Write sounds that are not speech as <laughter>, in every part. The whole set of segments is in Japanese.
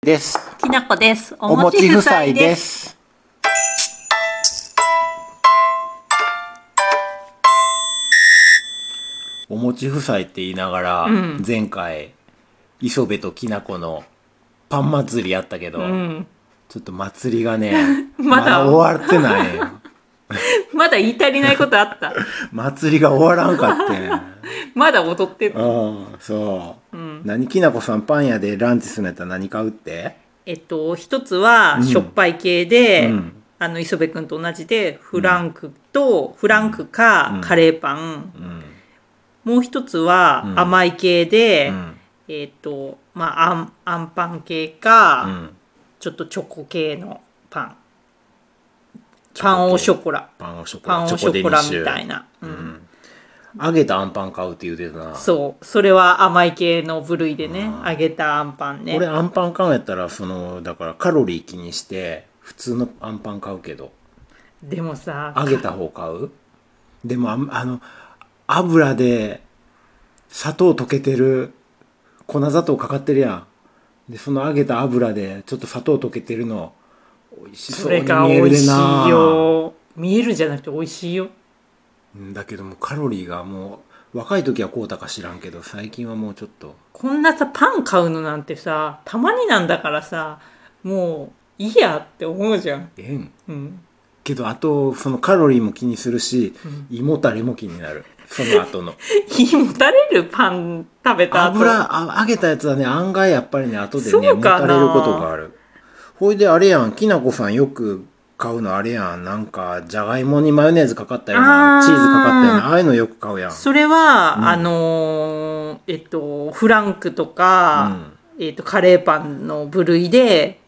です。きなこです。。お持ち夫妻ですす。お持ち夫妻って言いながら、うん前回磯部ときなこのパン祭りやったけど、うん。ちょっと祭りがね <laughs> まだ終わってない <laughs> よまだ言い足りないことあ <laughs> った。祭りが終わらんかってんまだ踊ってる。うんそう、うん何きなこさんパン屋でランチするんやったら何買うってえっと、一つはしょっぱい系で、うんあの磯部君と同じでフランクと、フランクかカレーパン、うんもう一つはん甘い系で、うんえっとまああんあんパン系うか、んちょっとチョコ系のパンチョコ系パンオーショコラパンをショコパランオチーョシコデョニコッラシみュたいな、うん揚げたあんパン買うって言うてたなそうそれは甘い系の部類でね揚げたあんパンね俺あんパン買うんやったらそのだからカロリー気にして普通のあんパン買うけどでもさ揚げた方買うでもあんあの油で砂糖溶けてる粉砂糖かかってるやんでその揚げた油でちょっと砂糖溶けてるの美味しそそうにれが見美える味でしないよ見えるじゃなくて美味しいようんだけどもうカロリーがもう若い時はこうたか知らんけど最近はもうちょっとこんなさパン買うのなんてさたまになんだからさもういいやって思うじゃん <laughs> ええんうんけどあとそのカロリーも気にするし、胃もたれも気になるその後 <laughs> の胃もたれるパン食べた後油あ揚げたやつはね案外やっぱりね後でそねうもかなたれることがあるほいであれやんきなこさんよく買うのあれやんなんかじゃがいもにマヨネーズかかったようなあーチーズかかったようなああいうのよく買うやんそれは、あのーえっとフランクとか、えっとカレーパンの部類で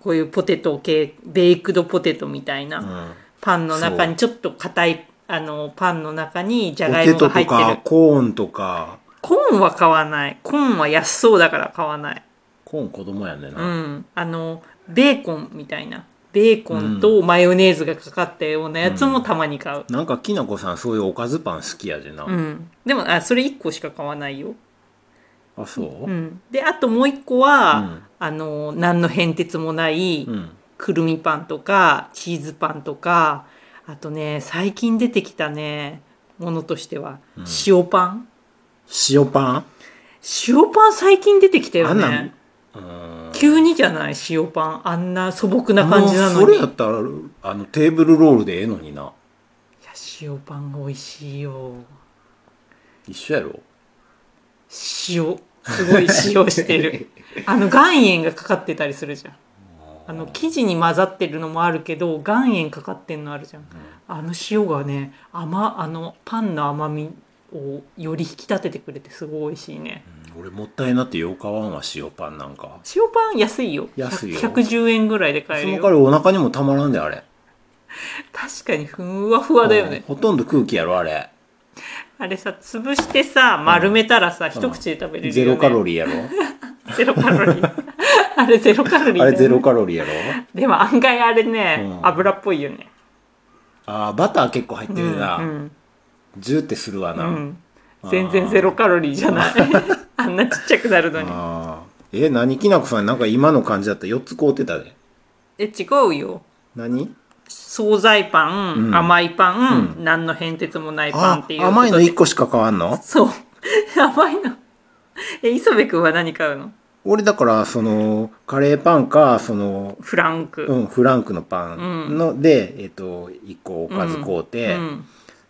こういうポテト系ベイクドポテトみたいな、うんパンの中にちょっと硬いあのパンの中にじゃがいもポがテ入トとっかてるコーンとかコーンは買わないコーンは安そうだから買わないコーン子供やんねんうな、んあのベーコンみたいなベーコンとマヨネーズがかかったようなやつもたまに買うなんかきなこさんそういうおかずパン好きやでな、うん、でもあそれ1個しか買わないよ、あそうう、ん、であともう1個は、うんあの何の変哲もない、うん、くるみパンとかチーズパンとかあとね最近出てきたねものとしては、塩パン塩パン塩パン最近出てきたよあんなんねうん急にじゃない塩パンあんな素朴な感じなもうそのにれいやったらあのテーブルロールでええのになや塩パンが美味しいよ一緒やろ塩すごい塩し <laughs> てるあの岩塩がかかってたりするじゃんあの生地に混ざってるのもあるけど岩塩かかってんのあるじゃん、あの塩がね甘あのパンの甘みをより引き立ててくれてすごい美味しいね俺もったいなってよう買わんわ塩パンなんか塩パン安いよ安いよ100 110円ぐらいで買えそるのよ代わりお腹にもたまらんであれ確かにふわふわだようんねほとんど空気やろあれあれさ潰してさ丸めたらさ、一口で食べれるゼよ、ねロカロリーやろリーゼロカ <laughs> ロリーあれゼロカロリーだよねあれゼロカロリーやろでも案外あれね、うん油っぽいよねあーバター結構入ってるな、うんジューってするわうな、ん全然ゼロカロリーじゃ <laughs> ないあんなちっちゃくなるのにあーえ何きなこさんなんか今の感じだったら4つ買うてたでえ違うよ何惣菜パン、うん甘いパン、何の変哲もないパンあっていうことで甘いの1個しか買わんのそう <laughs> 甘いのえ磯部君は何買うの俺だからそのカレーパンかそのフランク、うん、フランクのパンの、で、えっと1個おかず買うて、うん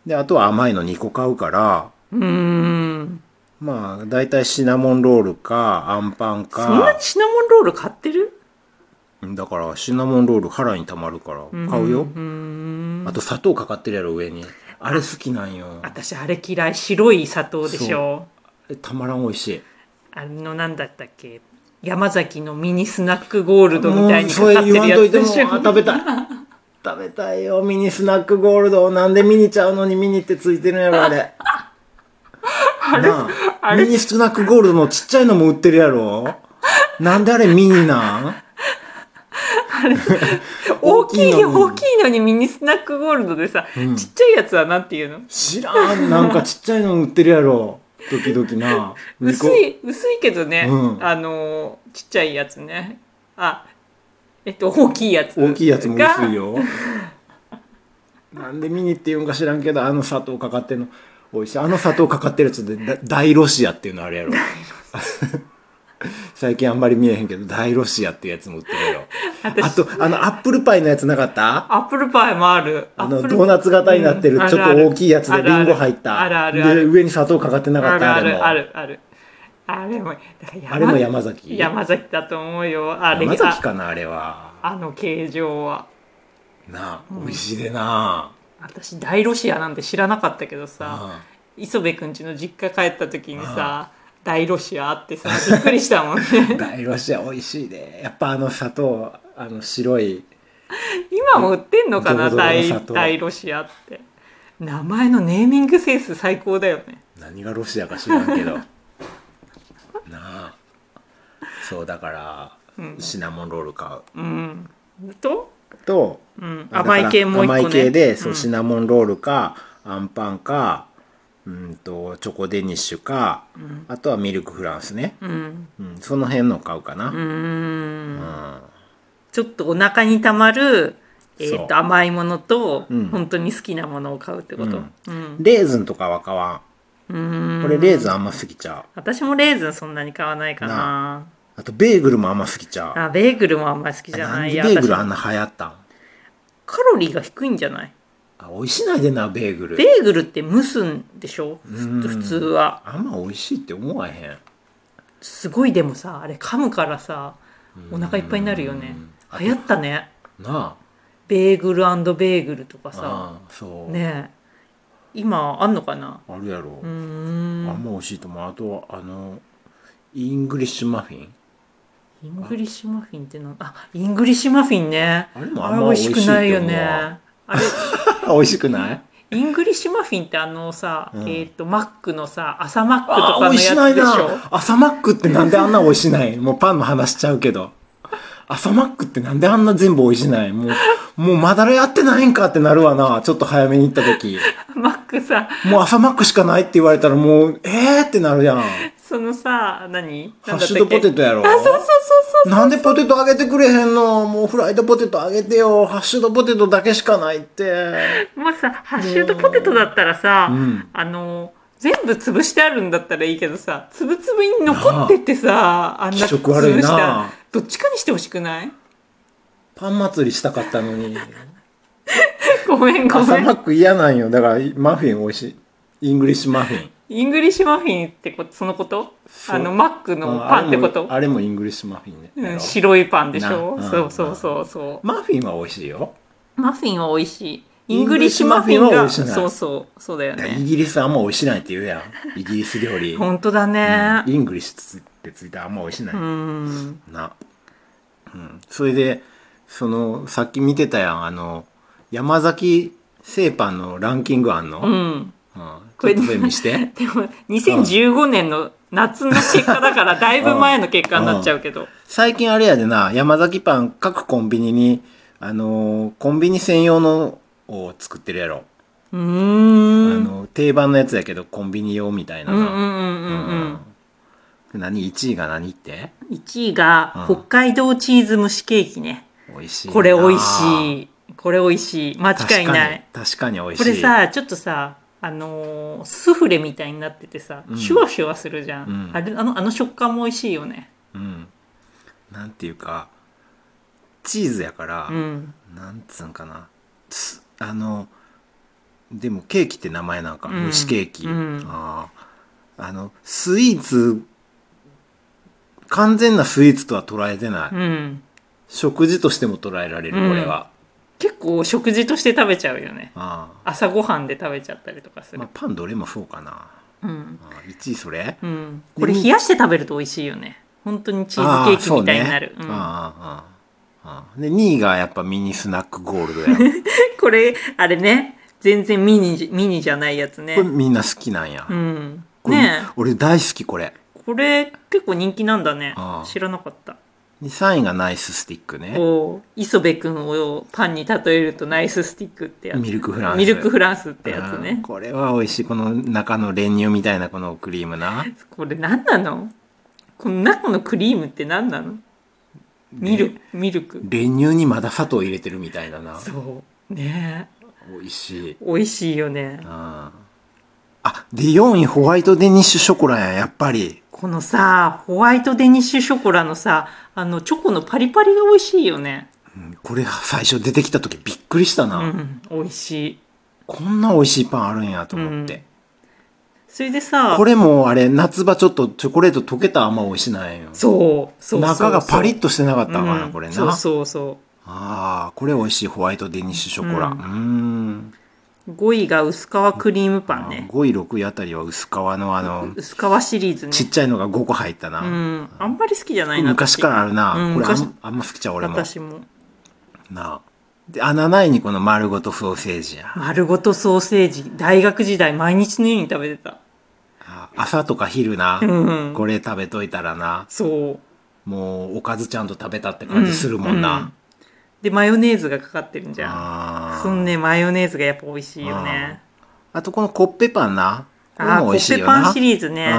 であとは甘いの2個買うからうーんまあ大体シナモンロールかあんパンそんなかにシナモンロール買ってるだからシナモンロール腹にたまるから買うよ、うーんあと砂糖かかってるやろ上にあれ好きなんよ私あれ嫌い白い砂糖でしょえたまらん美味しいあのなんだったっけ山崎のミニスナックゴールドみたいもうにかそかれって言わるんやといつてでもしょあ食べたい食べたいよミニスナックゴールドをなんでミニちゃうのにミニってついてるんやろあれなああれミニスナックゴールドのちっちゃいのも売ってるやろなんであれミニなん大き大きいいのに大きいのにミニスナックゴールドでさ、ちっちゃいやつはなんていうの知らんなんかちっちゃいの売ってるやろ時々な薄い薄いけどね、うんあのーちっちゃいやつねあえっと大きいやつ大きいやつもが薄いよなんでミニっていうんか知らんけどあの砂糖かかってんの美味しいあの砂糖かかってるやつでだ大ロシアっていうのあ <laughs> れやろ最近あんまり見えへんけど大ロシアっていうやつも売ってるやろあとあのアップルパイのやつなかったアップルパイもあるあのドーナツ型になってるちょっと大きいやつでリンゴ入ったあるあるあるあるあるあでる上に砂糖かかってなかったああれるもあるあるあれもだから山あれも山崎山崎だと思うよあれ山崎かなあれはああの形状はなあ美味しいでな私大ロシアなんて知らなかったけどさあ磯部くんちの実家帰った時にさ大ロシアあってさびっくりしたもんね大ロシア美味しいでやっぱあの砂糖あの白い今も売ってんのかなどこどこの大砂糖大ロシアって名前のネーミングセンス最高だよね何がロシアか知らんけどなあそうだから、シナモンロール買ううんと、とうん、だから甘い系もう一個、ね、甘い系でそう、んシナモンロールかあんパンかうんとチョコデニッシュか、あとはミルクフランスね、うんうん、その辺の買うかな、うーんうんちょっとお腹にたまる、えー、そと甘いものと、うん本当に好きなものを買うってこと、うんレーズンとかは買わうーんんこれレーズンあんま好きちゃ私もレーズンそんなに買わないかなうあとベーグルもあんま好きちゃうあベーグルもあんまり好きじゃななんいでいベやーグルあん私な流行ったんカロリーが低いんじゃないあ美味しないでなベーグルベーグルって蒸すんでしょふうん普通はあんま美味しいって思わへんすごいでもさあれ噛むからさお腹いっぱいになるよね流行ったねなベーグルベーグルとかあさああそう、ねえ今あんのかなあるやろ、うーあんんま美味しいと思うあとあのイングリッシュマフィン <laughs> イングリッシュマフィンってなんあイングリッシュマフィンねあれもああんれま美美味味ししいくと思うないよねあれ美味しくないイングリッシュマフィンってあのさ、うんえっ、とマックのさ朝マックとあかあの美や味しないつでしょな朝マックってなんであんな美味しないもうパンの話しちゃうけど朝マックってなんであんな全部美味しないもうもうまだらやってないんかってなるわなちょっと早めに行った <laughs> 時 <laughs> マックさもう朝マックしかないって言われたらもうえーってなるやんそのさ何ハッシュドポテトやろあそうそうそうそうなんでポテト揚げてくれへんのもうフライドポテト揚げてよハッシュドポテトだけしかないってまあさハッシュドポテトだったらさ、うんあの全部潰してあるんだったらいいけどさつぶつぶに残ってってさあんな気色悪いな潰してあるどっちかにしてほしくない <laughs> パン祭りしたかったのにごめんご朝めマんック嫌なんよだからマフィン美味しいイングリッシュマフィンイングリッシュマフィンってことそのことそうあのマックのパンってこと、あれもあれもイングリッシュマフィンね、うやん、ろ白いパンでしょ、なうんそうそうそうそうマフィンは美味しいよマフィンは美味しい。イインンググリリッッシシュュママフフィィンンは美が、味しないそうそう、そうだよイね。ギリスあんま美味しないって言うやんイギリス料理、本当だね。イングリッシュってついたらあんま美味しない、うん。な、うん、それでそのさっき見てたやんあの山崎製パンのランキングあんの、ううんん。ちこょっれとそれ見してでも、2015年の夏の結果だから、だいぶ前の結果になっちゃうけど。最近あれやでな山崎パン各コンビニにあのーコンビニ専用のを作ってるやろ、うーあん。の定番のやつやけどコンビニ用みたいなうんうんうな、んうんうん。うん何1位が何って1位が、うん北海道チーズ蒸しケーキね。美味しいなこれ美味しい。これ美味しい。間違いない。確かに確かに美味しこいれさちょっとさあのースフレみたいになっててさ、うんシュワシュワするじゃん、うんあれあのあの食感も美味しいよねうん、なんていうかチーズやから、うんなんつうんかなつあのでもケーキって名前なんか、うん蒸しケーキ、うんあーあのスイーツ完全なスイーツとは捉えてない、うん食事としても捉えられるこれは、結構食事として食べちゃうよねあー朝ごはんで食べちゃったりとかする、まあ、パンどれもそうかなうん、あー1位それうん、これ冷やして食べると美味しいよね本当にチーズケーキみたいになる、あーそううんね、あーあーあーあーで2位がやっぱミニスナックゴールドやここれあれね全然ミニじミニじゃないやつねれみんな好きなんや、うんこれねえ俺大好きこれこれ結構人気なんだねあー知らなかったで3位がナイススティックねこう磯部君をパンに例えるとナイススティックってやつミルクフランスミルクフランスってやつうんねこれは美味しいこの中の練乳みたいなこのクリームなこれ何なのこの中のクリームって何なのミルミルク練乳にまだ砂糖入れてるみたいだなそうね美味しい美味しいよねうんあディオーンホワイトデニッシュショコラやんやっぱりこのさホワイトデニッシュショコラのさあのチョコのパリパリが美味しいよねうんこれ最初出てきた時びっくりしたうな、ん美味しいこんな美味しいパンあるんやと思って、それでさこれもあれ夏場ちょっとチョコレート溶けた甘美味しないよそうそうそう中がパリッととしてなかったのかな、これなそうそうそああこれ美味しいホワイトデニッシュショコラううんんんう5位が薄皮クリームパンね5位6位あたりは薄皮のあの薄皮シリーズねちっちゃいのが5個入ったうな、んあんまり好きじゃないな昔からあるな、うんこれあ昔んあんま好きちゃう俺も私もなあであ7位にこの丸ごとソーセージや丸ごとソーセージ大学時代毎日のように食べてたあ朝とか昼な、うんこれ食べといたらなそうもうおかずちゃんと食べたって感じするもんううな、でマヨネーズがかかってるんじゃんああそんねマヨネーズがやっぱ美味しいよねあとこのコッペパンなこれあーもコ美味しいッペよなパンシリーズね、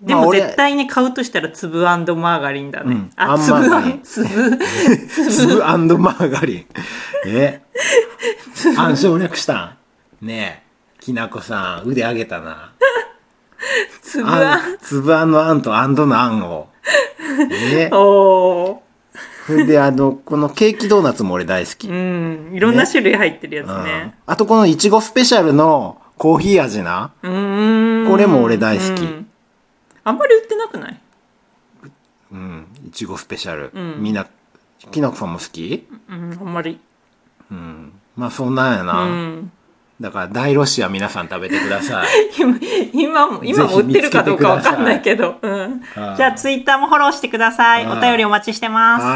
うん、でまあも俺絶対に買うとしたら粒マーガリンだね、うんああん粒まり粒 <laughs> 粒マーガ <laughs> リン。え暗省略したんねえ、きなこさん、腕上げたな。粒あんあん粒あんのあんとあんどのあんを。え <laughs> おそれであの、このケーキドーナツも俺大好き。ーうんいろんな種類入ってるやつうんね、あとこのいちごスペシャルのコーヒー味な。うーんこれも俺大好きうんあんまり売ってなくないうん、いちごスペシャル。うんみんな、きなこさんも好きうんあんまりうん。まあそんなんやうな。んだから大ロシア皆さん食べてください。今今も今も売ってるかどうかわかんないけど、うん、はいじゃあツイッターもフォローしてくださいはいお便りお待ちしてます